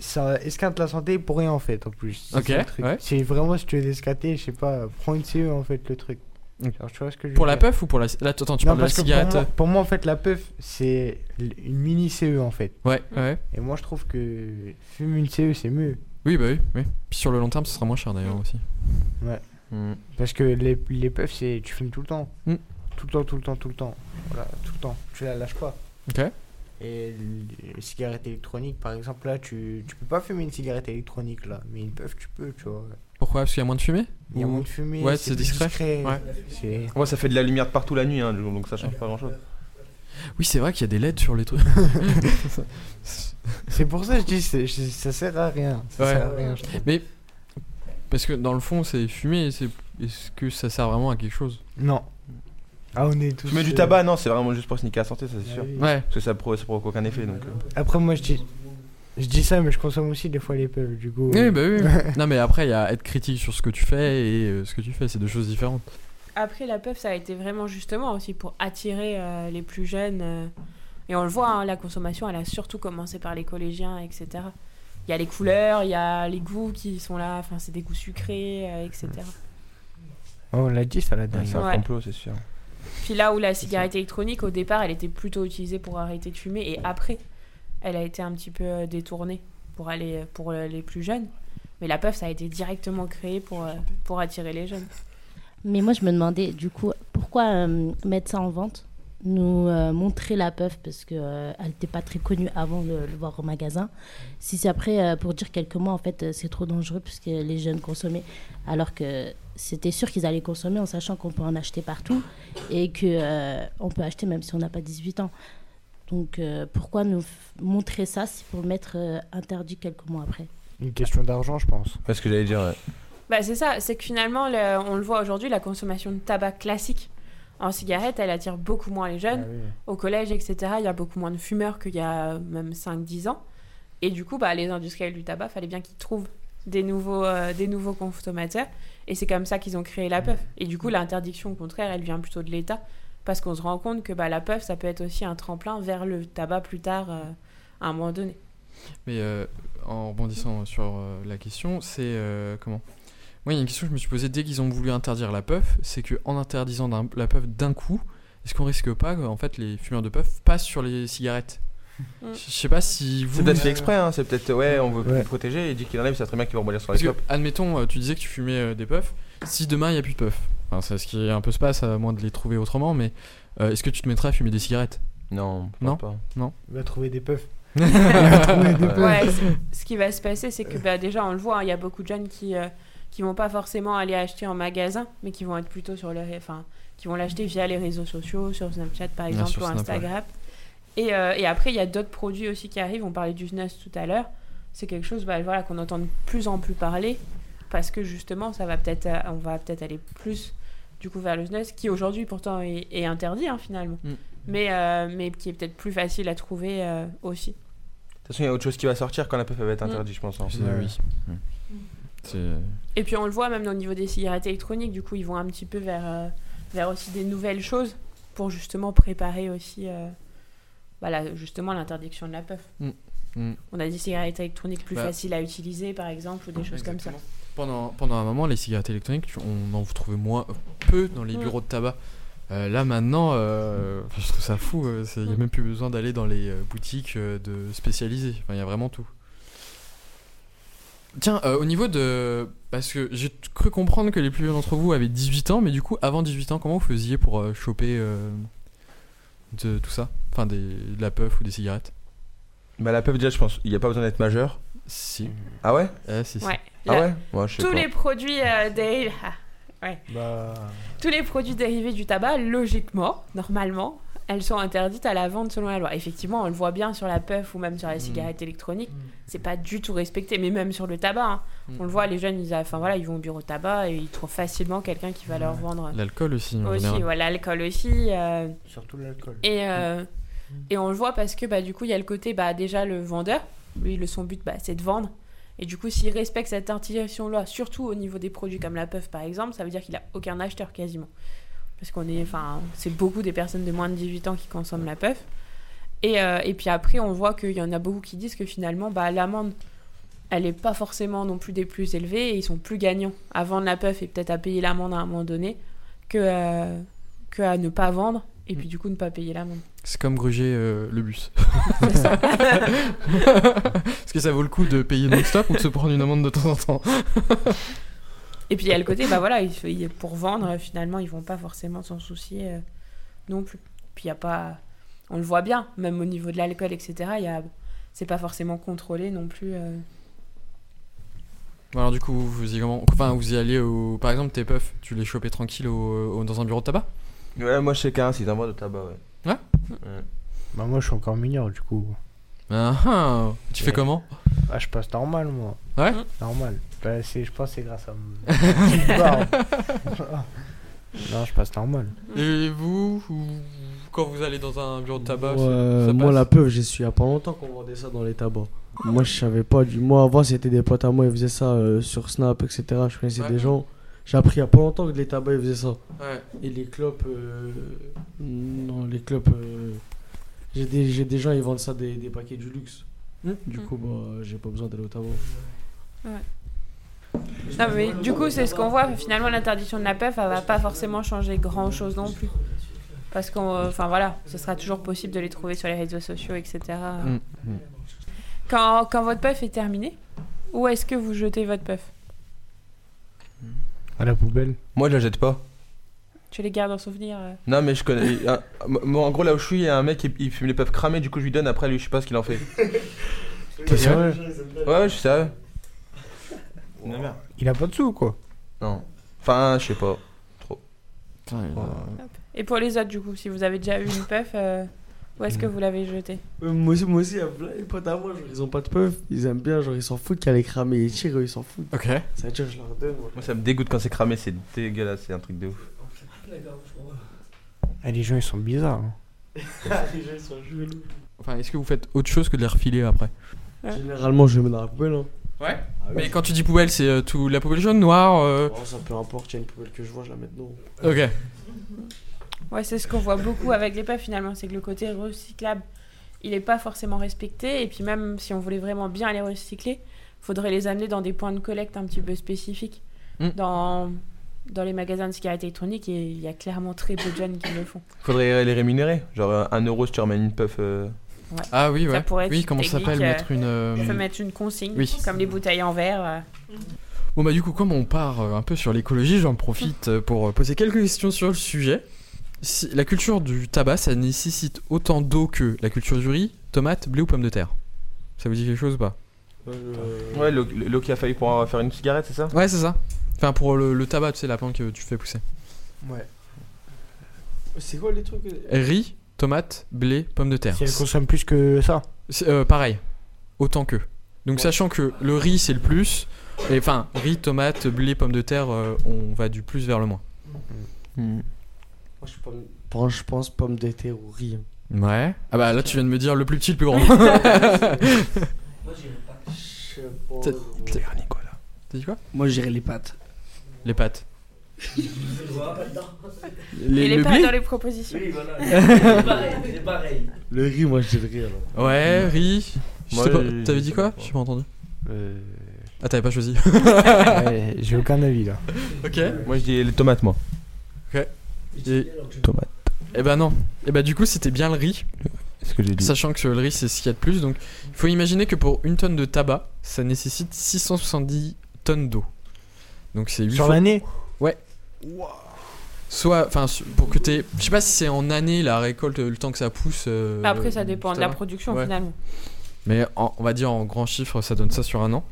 S4: Ça esquinte la santé pour rien en fait en plus. C'est
S3: Ok,
S4: ça, le truc.
S3: ouais.
S4: C'est vraiment si tu veux esquinter, je sais pas, prends une CE en fait le truc.
S3: Ok.
S4: Genre, tu vois ce que je veux
S3: Pour la
S4: dire
S3: puff ou pour la. Là, attends, tu
S4: Non,
S3: parles de la
S4: parce que pour
S3: cigarette
S4: moi, pour moi, en fait, la puff, c'est l- une mini CE en fait.
S3: Ouais, ouais.
S4: Et moi, je trouve que fumer une CE, c'est mieux.
S3: Oui, bah oui, oui. Puis sur le long terme, ce sera moins cher d'ailleurs aussi.
S6: Mm.
S4: Parce que les, les puffs, c'est tu fumes tout le temps.
S3: Mm.
S4: Tout le temps, tout le temps, tout le temps. Voilà, tout le temps. Tu la lâches pas.
S3: Ok.
S4: Et les cigarettes électroniques, par exemple, là, tu, tu peux pas fumer une cigarette électronique, là. Mais une puff, tu peux, tu vois.
S3: Pourquoi Parce qu'il y a moins de fumée
S4: Il y a
S3: Ou-
S4: moins de fumée.
S3: Ouais, c'est
S4: plus
S3: discret. Ouais.
S4: C'est-
S6: Ouais, ça fait de la lumière de partout la nuit, hein, donc ça change pas grand chose.
S3: Oui, c'est vrai qu'il y a des LED sur les trucs.
S4: C'est pour ça que je dis, c'est- je- ça sert à rien. Ça
S3: Ouais.
S4: sert à rien, je trouve.
S3: Parce que dans le fond, c'est fumé. et c'est- Est-ce que ça sert vraiment à quelque chose
S4: Non. Ah, on est tous.
S6: Tu mets du
S4: euh,
S6: tabac, non, c'est vraiment juste pour se niquer à la santé, ça c'est
S4: ah
S6: sûr.
S4: oui.
S3: Ouais.
S6: Parce que ça provoque, ça provoque aucun effet, donc. euh.
S4: Après, moi, je dis. Je dis ça, mais je consomme aussi des fois les puffs, du coup.
S3: Oui, bah oui. oui. non, mais après, il y a être critique sur ce que tu fais et euh, ce que tu fais. C'est deux choses différentes.
S5: Après, la puff, ça a été vraiment justement aussi pour attirer euh, les plus jeunes. euh, et on le voit, hein, la consommation, elle a surtout commencé par les collégiens, etc. Il y a les couleurs, il y a les goûts qui sont là, enfin c'est des goûts sucrés, euh, etc.
S4: Oh, on l'a dit ça la dernière
S6: C'est un
S5: Ouais.
S6: complot, c'est sûr.
S5: Puis là où la cigarette électronique, au départ, elle était plutôt utilisée pour arrêter de fumer, et après, elle a été un petit peu euh, détournée pour, aller, pour euh, les plus jeunes. Mais la puff, ça a été directement créé pour, euh, pour attirer les jeunes.
S11: Mais moi, je me demandais, du coup, pourquoi euh, mettre ça en vente Nous euh, montrer la puff, parce qu'elle n'était pas très connue avant de le voir au magasin. Si c'est après, euh, pour dire quelques mois, en fait, euh, c'est trop dangereux, puisque les jeunes consommaient. Alors que c'était sûr qu'ils allaient consommer en sachant qu'on peut en acheter partout et qu'on on peut acheter même si on n'a pas 18 ans. Donc, euh, pourquoi nous f- montrer ça si pour le mettre euh, interdit quelques mois après
S4: Une question d'argent, je pense.
S6: Parce que j'allais dire. ouais.
S5: Bah, c'est ça, c'est que finalement, le- on le voit aujourd'hui, la consommation de tabac classique en cigarette, elle attire beaucoup moins les jeunes.
S4: Ah oui.
S5: Au collège, etc., il y a beaucoup moins de fumeurs qu'il y a euh, même 5-10 ans. Et du coup, bah, les industriels du tabac, fallait bien qu'ils trouvent des nouveaux, euh, des nouveaux consommateurs. Et c'est comme ça qu'ils ont créé la puff. Et du coup, l'interdiction, au contraire, elle vient plutôt de l'État. Parce qu'on se rend compte que bah, la puff, ça peut être aussi un tremplin vers le tabac plus tard, euh, à un moment donné.
S3: Mais euh, en rebondissant sur euh, la question, c'est euh, comment Moi, il y a une question que je me suis posée dès qu'ils ont voulu interdire la puff, c'est que en interdisant d'un- la puff d'un coup, est-ce qu'on risque pas que en fait les fumeurs de puff passent sur les cigarettes
S5: Mm.
S3: Je je sais pas si vous.
S6: C'est peut-être fait exprès, hein, c'est peut-être. Ouais, on veut
S4: Ouais.
S6: le protéger, il dit qu'il enlève, c'est très bien qu'il va rebondir sur les
S3: Parce que,
S6: clopes.
S3: admettons, euh, tu disais que tu fumais euh, des puffs. Si demain il n'y a plus de puffs, enfin, c'est ce qui est un peu se passe, à moins de les trouver autrement, mais euh, est-ce que tu te mettrais à fumer des cigarettes
S6: Non, je
S3: Non.
S6: pense pas.
S3: Non
S4: Il va trouver des puffs. Il va
S3: Ah,
S4: trouver des puffs.
S5: Ouais, c'est- ce qui va se passer, c'est que bah, déjà, on le voit, hein, il y a beaucoup de jeunes qui euh, qui vont pas forcément aller acheter en magasin, mais qui vont être plutôt sur les, enfin, qui vont l'acheter via les réseaux sociaux, sur Snapchat par
S3: Ouais,
S5: exemple,
S3: sur
S5: ou
S3: Snap, ouais.
S5: Instagram. Et, euh, et après, il y a d'autres produits aussi qui arrivent. On parlait du SNUS tout à l'heure. C'est quelque chose, bah, voilà, qu'on entend de plus en plus parler, parce que justement, ça va peut-être, euh, on va peut-être aller plus du coup vers le SNUS, qui aujourd'hui pourtant est, est interdit hein, finalement,
S3: Mm.
S5: mais euh, mais qui est peut-être plus facile à trouver euh, aussi.
S6: De toute façon, il y a autre chose qui va sortir quand la puff elle va être interdite, je pense. hein.
S3: C'est- Oui. C'est-
S5: Et puis on le voit même au niveau des cigarettes électroniques, du coup ils vont un petit peu vers, euh, vers aussi des nouvelles choses pour justement préparer aussi euh, bah, la- justement l'interdiction de la puff.
S3: Mm.
S5: On a des cigarettes électroniques plus
S3: Bah.
S5: faciles à utiliser par exemple ou des choses comme ça.
S3: Pendant, pendant un moment, les cigarettes électroniques, tu- on en trouvait moins euh, peu dans les
S5: Mm.
S3: bureaux de tabac. Euh, là maintenant, euh, enfin, je trouve ça fou. euh, c'est- Il n'y a même plus besoin d'aller dans les euh, boutiques euh, de spécialisées. Enfin, Il y a vraiment tout. Tiens, euh, au niveau de. Parce que j'ai t- cru comprendre que les plus vieux d'entre vous avaient 18 ans, mais du coup, avant 18 ans, comment vous faisiez pour euh, choper euh, de tout ça Enfin, des, de la puff ou des cigarettes
S6: Bah, la puff, déjà, je pense, il n'y a pas besoin d'être majeur.
S3: Si.
S6: Ah ouais
S3: Eh, si, si.
S5: Ouais.
S6: Ah
S5: La-
S6: ouais Moi, je sais
S5: Tous
S6: pas.
S5: les produits euh, dérivés. Ah, ouais.
S4: Bah,
S5: Tous les produits dérivés du tabac, logiquement, normalement, elles sont interdites à la vente selon la loi. Effectivement, on le voit bien sur la puff ou même sur les cigarettes électroniques, c'est pas du tout respecté, mais même sur le tabac. hein.
S3: Mm.
S5: On le voit, les jeunes, ils, a- enfin, voilà, ils vont au bureau de tabac et ils trouvent facilement quelqu'un qui va leur vendre euh,
S3: L'alcool aussi, en
S5: aussi
S3: général.
S5: voilà, l'alcool aussi. euh,
S4: surtout l'alcool.
S5: et, euh, et on le voit parce que bah, du coup, il y a le côté, bah, déjà, le vendeur, lui, le, son but, bah, c'est de vendre. Et du coup, s'il respecte cette interdiction-là, surtout au niveau des produits comme la puff, par exemple, ça veut dire qu'il a aucun acheteur quasiment. Parce qu'on est, enfin, c'est beaucoup des personnes de moins de 18 ans qui consomment la puff. Et, euh, et puis après, on voit qu'il y en a beaucoup qui disent que finalement, bah, l'amende, elle n'est pas forcément non plus des plus élevées et ils sont plus gagnants à vendre la puff et peut-être à payer l'amende à un moment donné que, euh, que à ne pas vendre et puis du coup ne pas payer l'amende.
S3: C'est comme gruger euh, le bus. Est-ce que ça vaut le coup de payer non-stop ou de se prendre une amende de temps en temps
S5: Et puis il y a le côté, bah voilà, il faut- il- pour vendre, euh, finalement, ils vont pas forcément s'en soucier euh, non plus. Puis il y a pas. On le voit bien, même au niveau de l'alcool, etc. il Y a, c'est pas forcément contrôlé non plus. euh.
S3: Bon, Alors du coup, vous, vous y comment Enfin, vous y allez au... Par exemple, tes puffs, tu les chopais tranquille au- au- dans un bureau de tabac
S6: Ouais, moi, je sais qu'un, c'est un mois de tabac, ouais.
S4: Bah, moi, je suis encore mineur, du coup.
S3: Ah, ah. Tu fais
S4: Ouais.
S3: comment
S4: Ah, je passe normal, moi.
S3: Ouais
S4: Normal. Bah, c'est- je pense que c'est grâce à mon petite barbe. Non, je passe normal.
S3: Et vous, vous- quand vous allez dans un bureau de tabac,
S7: moi, euh,
S3: ça- ça
S7: moi,
S3: passe
S7: la peuple, j'y suis il y a pas longtemps qu'on vendait ça dans les tabacs. Moi, je savais pas du. Moi, avant, c'était des potes à moi, ils faisaient ça euh, sur Snap, etc. Je connaissais
S3: Ouais.
S7: des gens. J'ai appris il y a pas longtemps que les tabacs, ils faisaient ça.
S3: Ouais.
S7: Et les clopes. euh, Non, les clopes. euh, J'ai des, j'ai des gens, ils vendent ça des, des paquets du luxe.
S5: Hum?
S7: Du coup, bah, j'ai pas besoin d'aller au tabac.
S5: Non, Ah, mais du coup, c'est ce qu'on voit. Finalement, l'interdiction de la PEF, elle va pas forcément changer grand chose non plus. Parce qu'on. euh, Enfin, voilà, ce sera toujours possible de les trouver sur les réseaux sociaux, etc.
S3: Mm, mm.
S5: Quand, quand votre PEF est terminé, où est-ce que vous jetez votre PEF
S4: À la poubelle.
S6: Moi, je la jette pas.
S5: Tu les gardes en souvenir euh.
S6: Non, mais je connais. il- un- moi, en gros, là où je suis, il y a un mec, il, il fume les peuples cramés, du coup, je lui donne. Après, lui, je sais pas ce qu'il en fait.
S4: T'es sérieux
S6: Ouais, je suis sérieux.
S4: Il a pas de sous, quoi.
S6: Non. Enfin, je sais pas. Trop.
S3: Ouais.
S5: Et pour les autres, du coup, si vous avez déjà eu une PEF, euh, où est-ce que
S3: Mm.
S5: vous l'avez jetée
S7: Euh, Moi aussi, moi aussi, il y a plein de potes à moi, genre, ils ont pas de peuf, ils aiment bien, genre ils s'en foutent qu'elle est cramée, ils tirent, ils s'en foutent.
S3: Ok.
S7: Ça veut dire, je leur donne. moi.
S6: Moi, ça me dégoûte quand c'est cramé, c'est dégueulasse, c'est un truc de ouf.
S4: Ah, les gens, ils sont bizarres. hein.
S7: Les gens, ils sont gelous.
S3: Enfin, est-ce que vous faites autre chose que de les refiler après
S7: Généralement, je les mets dans la poubelle. Hein.
S3: Ouais.
S7: Ah oui.
S3: Mais quand tu dis poubelle, c'est euh, tout la poubelle jaune, noire. euh,
S7: Oh, ça peu importe, il y a une poubelle que je vois, je la mets dedans.
S3: Ok.
S5: Ouais, c'est ce qu'on voit beaucoup avec les PEF finalement, c'est que le côté recyclable, il n'est pas forcément respecté. Et puis même si on voulait vraiment bien les recycler, faudrait les amener dans des points de collecte un petit peu spécifiques.
S3: Mm.
S5: Dans, dans les magasins de cigarettes électroniques, et il y a clairement très peu de jeunes qui le font.
S6: Faudrait les rémunérer. Genre, euh, un euro si tu ramènes une puff. euh,
S5: Ouais.
S3: Ah oui,
S5: Ça
S3: ouais.
S5: pourrait être
S3: Oui,
S5: une
S3: comment ça
S5: technique,
S3: s'appelle,
S5: euh,
S3: mettre une, euh,
S5: on peut mettre une consigne,
S3: oui.
S5: comme les bouteilles en verre. euh.
S3: Bon bah du coup comme on part euh, un peu sur l'écologie, j'en profite euh, pour euh, poser quelques questions sur le sujet. Si- la culture du tabac, ça nécessite autant d'eau que la culture du riz, tomate, blé ou pomme de terre. Ça vous dit quelque chose ou pas
S6: Ouais, l'eau- l'eau qui a failli pour euh, faire une cigarette, c'est ça
S3: Ouais c'est ça. Enfin pour le, le tabac, tu sais la plante que tu fais pousser.
S7: Ouais. C'est quoi les trucs
S3: Riz, tomate, blé, pomme de terre.
S4: Si elle consomme plus que ça.
S3: C'est, euh, pareil, autant que. Donc sachant que le riz c'est le plus, et enfin riz, tomate, blé, pomme de terre, euh, on va du plus vers le moins.
S7: Moi, je, suis pomme- Bon, je pense pomme d'été ou riz. hein.
S3: Ouais. Ah bah là tu viens de me dire le plus petit, le plus grand.
S7: Je pense-
S3: T'as- T'as dit quoi
S12: Moi, je dirais les pâtes.
S3: Les pâtes.
S5: Il est
S7: le
S5: pas
S7: blé
S5: dans les propositions.
S7: Le riz, moi je dis le riz alors.
S3: Ouais, riz. Je
S6: Moi,
S3: sais pas,
S6: j'ai-
S3: T'avais dit quoi J'ai pas entendu.
S4: Euh...
S3: Ah, t'avais pas choisi.
S4: ouais, J'ai aucun avis, là.
S3: ok.
S6: Moi, je dis les tomates, moi.
S3: Et...
S6: Tomate.
S3: Eh ben non. Eh ben du coup, c'était bien le riz.
S6: Ce que j'ai dit.
S3: Sachant que le riz, c'est ce qu'il y a de plus. Donc, il faut imaginer que pour une tonne de tabac, ça nécessite 670 tonnes d'eau. Donc, c'est 8
S4: Sur
S3: fois-
S4: l'année
S3: Soit, enfin, su- pour que t'aies. Je sais pas si c'est en année la récolte, le temps que ça pousse. euh,
S5: Bah, Après, ça dépend de la
S3: tabac.
S5: production
S3: Ouais.
S5: finalement.
S3: Mais en- on va dire en grand chiffre, ça donne ça sur un an.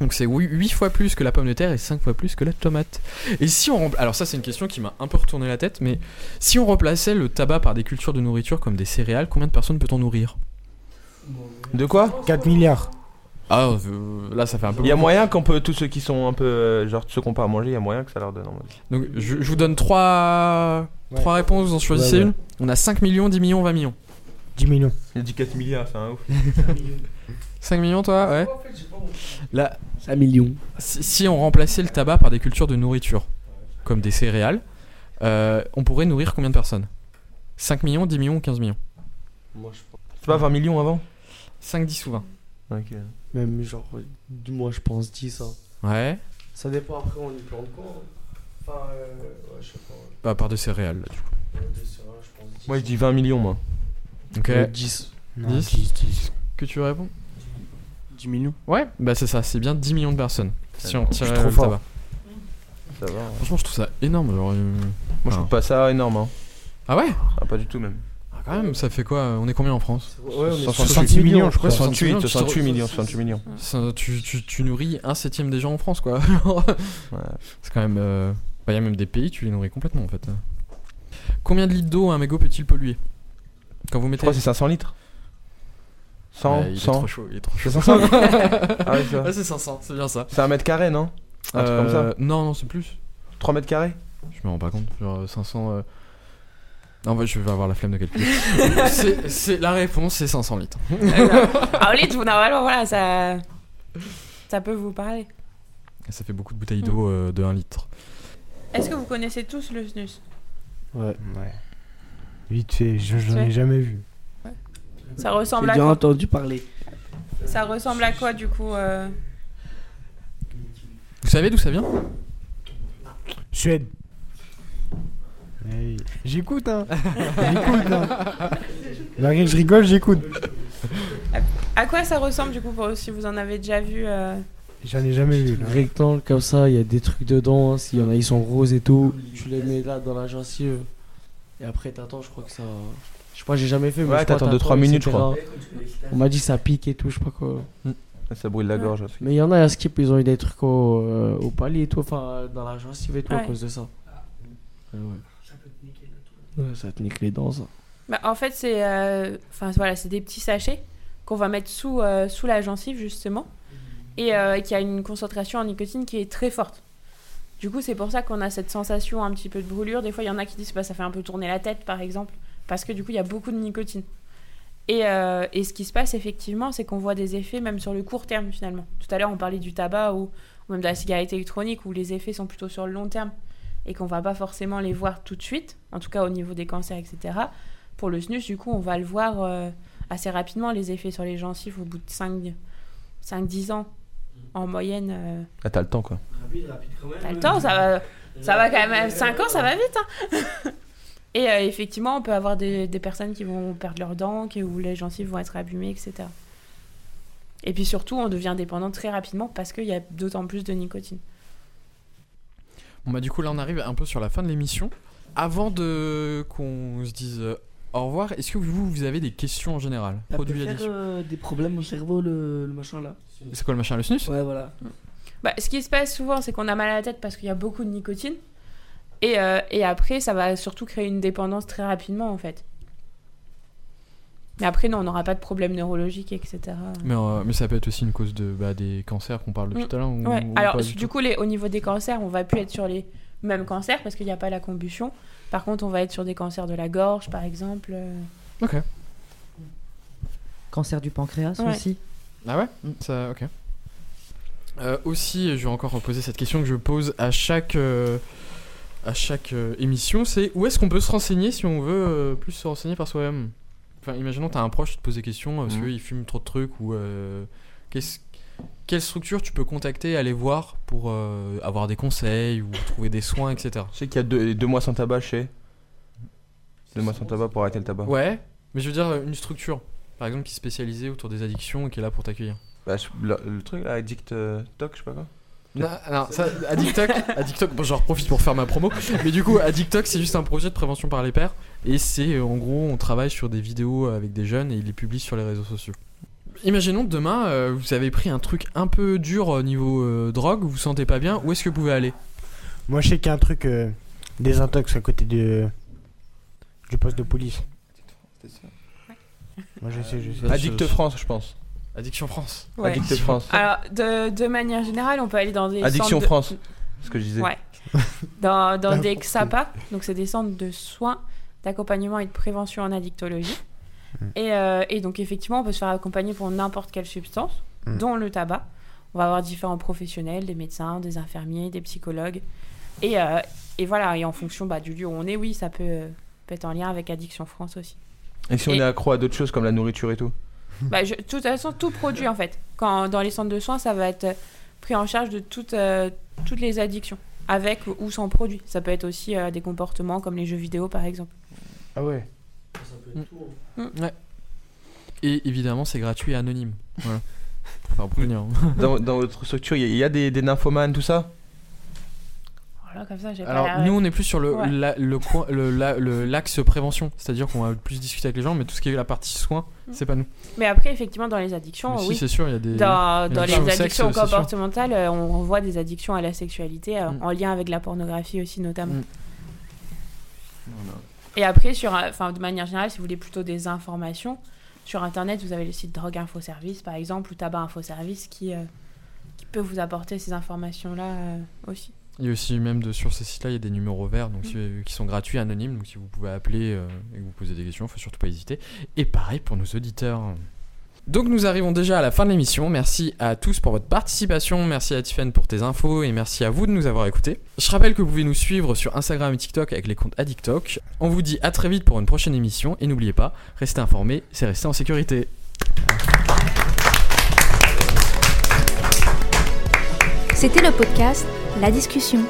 S3: Donc c'est 8 fois plus que la pomme de terre et 5 fois plus que la tomate. Et si on rem- alors ça c'est une question qui m'a un peu retourné la tête, mais si on remplaçait le tabac par des cultures de nourriture comme des céréales, combien de personnes peut-on nourrir
S6: De quoi
S4: 4 milliards.
S3: Ah euh, là ça fait un peu.
S6: Il y a moyen qu'on peut. Tous ceux qui sont un peu. euh, Genre, ceux qui n'ont pas à manger, il y a moyen que ça leur donne en mode.
S3: Donc je, je vous donne 3 trois réponses, vous en choisissez
S4: Ouais, ouais.
S3: une. On a 5 millions, 10 millions, 20 millions.
S4: 10 millions.
S6: Il a dit 4 milliards, c'est un ouf.
S3: 5 millions toi, ouais. Là,
S12: 5 millions.
S3: si, si on remplaçait le tabac par des cultures de nourriture, comme des céréales, euh, on pourrait nourrir combien de personnes 5 millions, 10 millions, 15 millions
S7: Moi je pense.
S6: C'est pas 20 millions avant
S3: 5, 10 ou 20
S6: Ok.
S7: Même genre, euh, moi je pense 10 hein.
S3: Ouais,
S7: Ça dépend après, on y plante quoi hein. Enfin, euh, ouais, je sais pas. ouais.
S3: bah, par des céréales là du coup.
S7: Ouais, deux sur un, je pense 10.
S6: Moi, je dis 20 millions, moi.
S3: Ok,
S7: Ouais, 10.
S4: Non,
S3: 10.
S4: 10, 10.
S3: que tu réponds
S8: 10 millions.
S3: Ouais, bah c'est ça, c'est bien 10 millions de personnes. Si on tire
S4: suis
S3: le
S4: trop fort.
S3: tabac.
S6: Ça va. hein. ouais.
S3: Franchement, je trouve ça énorme. genre, euh,
S4: Ah.
S6: Moi, je trouve pas ça énorme, hein.
S3: Ah ouais
S6: Ah, pas du tout, même.
S3: Ah, Quand même, ça fait quoi On est combien en France
S7: Ouais, on est
S4: 68 millions, je crois.
S3: 68
S6: 68,
S3: millions,
S6: 68 millions, 68 millions.
S3: Ça, tu, tu- tu nourris un septième des gens en France quoi. C'est quand même. euh, Bah, il y a même des pays, tu les nourris complètement en fait. Combien de litres d'eau un mégot peut-il polluer Quand vous
S6: Je
S3: mettez.
S6: crois que c'est 500 litres. 100,
S3: Ouais, il est
S6: 100.
S3: trop chaud, il est trop chaud.
S6: C'est 500 Ah, ouais, ça.
S3: Ouais, c'est 500, c'est bien ça.
S6: C'est un mètre carré, non Un truc comme
S3: Euh,
S6: ça
S3: Non, non, c'est plus.
S6: 3 mètres carrés
S3: Je me rends pas compte. Genre euh, 500. euh, Non, bah, je vais avoir la flemme de calculer. c'est, c'est- la réponse, c'est 500 litres.
S5: Ah, au lit, vous- normalement, voilà, ça. Ça peut vous parler.
S3: Et ça fait beaucoup de bouteilles d'eau
S6: Hmm.
S3: euh, de 1 litre.
S5: Est-ce que vous connaissez tous le snus
S7: Ouais.
S4: Ouais. Vite fait, je- j'en
S5: Ouais.
S4: ai jamais vu.
S5: Ça ressemble
S12: J'ai
S5: à
S12: déjà
S5: quoi
S12: entendu parler.
S5: Ça ressemble à quoi du coup euh,
S3: Vous savez d'où ça vient
S4: Suède. Hey, J'écoute, hein. j'écoute, hein. Malgré que je rigole, j'écoute.
S5: À quoi ça ressemble du coup pour, si vous en avez déjà vu euh,
S4: J'en ai jamais vu.
S7: Rectangle comme ça, il y a des trucs dedans. hein, S'il y en a, ils sont roses et tout. Tu les mets là dans la gencive. Et après, t'attends, je crois que ça. Je sais pas, j'ai jamais fait. Mais
S6: Ouais,
S7: je crois,
S6: t'attends deux, trois minutes, je
S7: etc.
S6: crois.
S7: On m'a dit ça pique et tout, je sais pas quoi.
S6: Ça brûle la gorge. aussi.
S7: Mais il y en a, à Skip, ils ont eu des trucs au, euh, au palais et tout, enfin euh, dans la gencive et tout à
S5: Ouais.
S7: cause de ça. Ouais, ouais. Ouais, ça te nique les dents, ça.
S5: bah, En fait, c'est euh, enfin, voilà, c'est des petits sachets qu'on va mettre sous, euh, sous la gencive justement et euh, qui a une concentration en nicotine qui est très forte. Du coup, c'est pour ça qu'on a cette sensation un petit peu de brûlure. Des fois, il y en a qui disent bah, ça fait un peu tourner la tête par exemple parce que du coup, il y a beaucoup de nicotine. Et, euh, et ce qui se passe effectivement, c'est qu'on voit des effets même sur le court terme finalement. Tout à l'heure, on parlait du tabac ou, ou même de la cigarette électronique où les effets sont plutôt sur le long terme et qu'on va pas forcément les voir tout de suite, en tout cas au niveau des cancers, etc. Pour le snus, du coup, on va le voir euh, assez rapidement, les effets sur les gencives au bout de 5, 5-10 ans en moyenne. euh,
S6: Ah, t'as le temps, quoi.
S5: T'as le temps, ça va, ça va quand même. 5 ans, ça va vite. hein. Et euh, effectivement, on peut avoir des, des personnes qui vont perdre leurs dents, qui, où les gencives vont être abîmées, etc. Et puis surtout, on devient dépendant très rapidement parce qu'il y a d'autant plus de nicotine.
S3: Bon bah du coup là on arrive un peu sur la fin de l'émission. Avant de qu'on se dise euh, au revoir, est-ce que vous, vous avez des questions en général
S12: Ça peut
S3: Produits
S12: faire,
S3: addictifs.
S12: euh, des problèmes au cerveau, le, le machin là.
S3: C'est quoi le machin le snus
S12: Ouais, voilà.
S5: Bah, ce qui se passe souvent, c'est qu'on a mal à la tête parce qu'il y a beaucoup de nicotine. Et, euh, et après, ça va surtout créer une dépendance très rapidement, en fait. Mais après, non, on n'aura pas de problème neurologique, etc.
S3: mais, euh, mais ça peut être aussi une cause de bah, des cancers qu'on parle depuis
S5: Mm.
S3: tout à l'heure. ou-
S5: Ouais.
S3: ou
S5: Alors,
S3: pas
S5: du coup, les, au niveau des cancers, on va plus être sur les mêmes cancers parce qu'il n'y a pas la combustion. Par contre, on va être sur des cancers de la gorge, par exemple. euh.
S3: Ok.
S13: Cancer du pancréas
S5: Ouais.
S13: aussi.
S3: Ah ouais Ça, ok. Euh, aussi, je vais encore poser cette question que je pose à chaque, euh, à chaque euh, émission, c'est où est-ce qu'on peut se renseigner si on veut euh, plus se renseigner par soi-même Enfin, imaginons, t'as un proche qui te pose des questions euh, parce
S6: Mhm.
S3: qu'il fume trop de trucs ou... euh, qu'est-ce- quelle structure tu peux contacter, aller voir pour euh, avoir des conseils ou trouver des soins, etc.
S6: Je sais qu'il y a deux, deux mois sans tabac chez. Deux mois sans tabac pour arrêter le tabac.
S3: Ouais, mais je veux dire une structure, par exemple, qui est spécialisée autour des addictions et qui est là pour t'accueillir.
S6: Bah, je- le, le truc là, addict euh, toc, je sais pas quoi.
S3: Non, non, Bah, ça, Addictoc, Addictoc, bon, j'en profite pour faire ma promo, mais du coup, Addictoc, c'est juste un projet de prévention par les pairs, et c'est euh, en gros, on travaille sur des vidéos euh, avec des jeunes et ils les publient sur les réseaux sociaux. Imaginons que demain, euh, vous avez pris un truc un peu dur au niveau euh, drogue, vous vous sentez pas bien, où est-ce que vous pouvez aller
S4: Moi, je sais qu'il y a un truc euh, désintox à côté de du poste de police. Moi, je sais, je sais.
S6: Addict France, je pense.
S3: Addiction France.
S5: Ouais.
S6: Addict France.
S5: Alors, de, de manière générale, on peut aller dans des.
S6: Addiction
S5: centres Ah, de-
S6: France, ce que je disais.
S5: Ouais. Dans, dans des
S6: N'importe
S5: XAPA, donc c'est des centres de soins, d'accompagnement et de prévention en addictologie.
S6: Mm.
S5: Et, euh, et donc, effectivement, on peut se faire accompagner pour n'importe quelle substance,
S6: Mm.
S5: dont le tabac. On va avoir différents professionnels, des médecins, des infirmiers, des psychologues. Et, euh, et voilà, et en fonction bah, du lieu où on est, oui, ça peut, euh, peut être en lien avec Addiction France aussi.
S6: Et si on est accro à d'autres choses comme la nourriture et tout
S5: Bah, je- de toute façon, tout produit en fait. Quand, dans les centres de soins, ça va être euh, pris en charge de toutes, euh, toutes les addictions, avec ou sans produit. Ça peut être aussi euh, des comportements comme les jeux vidéo par exemple.
S4: Ah ouais.
S3: Ouais. Et évidemment, c'est gratuit et anonyme. Voilà. Faut faire prévenir.
S6: dans, dans votre structure, il y a- il y, a des, des nymphomanes, tout ça
S5: Voilà, comme ça, j'ai pas
S3: Alors
S5: la-
S3: nous on est plus sur le
S5: bah, Ouais.
S3: la- le coin- le- la- le- l'axe prévention, c'est-à-dire qu'on va plus discuter avec les gens, mais tout ce qui est la partie soins, c'est pas nous.
S5: Mais après, effectivement, dans les addictions,
S3: Mais si,
S5: Mm. oui.
S3: c'est sûr, il y a des-
S5: Dans,
S3: il y a
S5: dans
S3: des
S5: les
S3: addictions au sexe,
S5: addictions
S3: c'est sûr. Mm.
S5: comportementales, euh, on revoit des addictions à la sexualité, euh, en lien avec la pornographie aussi notamment. Et après, sur, un- enfin, de manière générale, si vous voulez plutôt des informations, sur Internet, vous avez le site Drogue Info Service, par exemple, ou Tabac Info Service, qui, euh, qui peut vous apporter ces informations-là euh, aussi.
S3: Il y a aussi même de, sur ces sites-là, il y a des numéros verts donc, si- qui sont gratuits, anonymes, donc si vous pouvez appeler euh, et que vous posez des questions, faut surtout pas hésiter. Et pareil pour nos auditeurs. Donc nous arrivons déjà à la fin de l'émission. Merci à tous pour votre participation, merci à Tiffen pour tes infos et merci à vous de nous avoir écoutés. Je rappelle que vous pouvez nous suivre sur Instagram et TikTok avec les comptes Addictoc. On vous dit à très vite pour une prochaine émission et n'oubliez pas, restez informés, c'est rester en sécurité.
S11: C'était le podcast La discussion.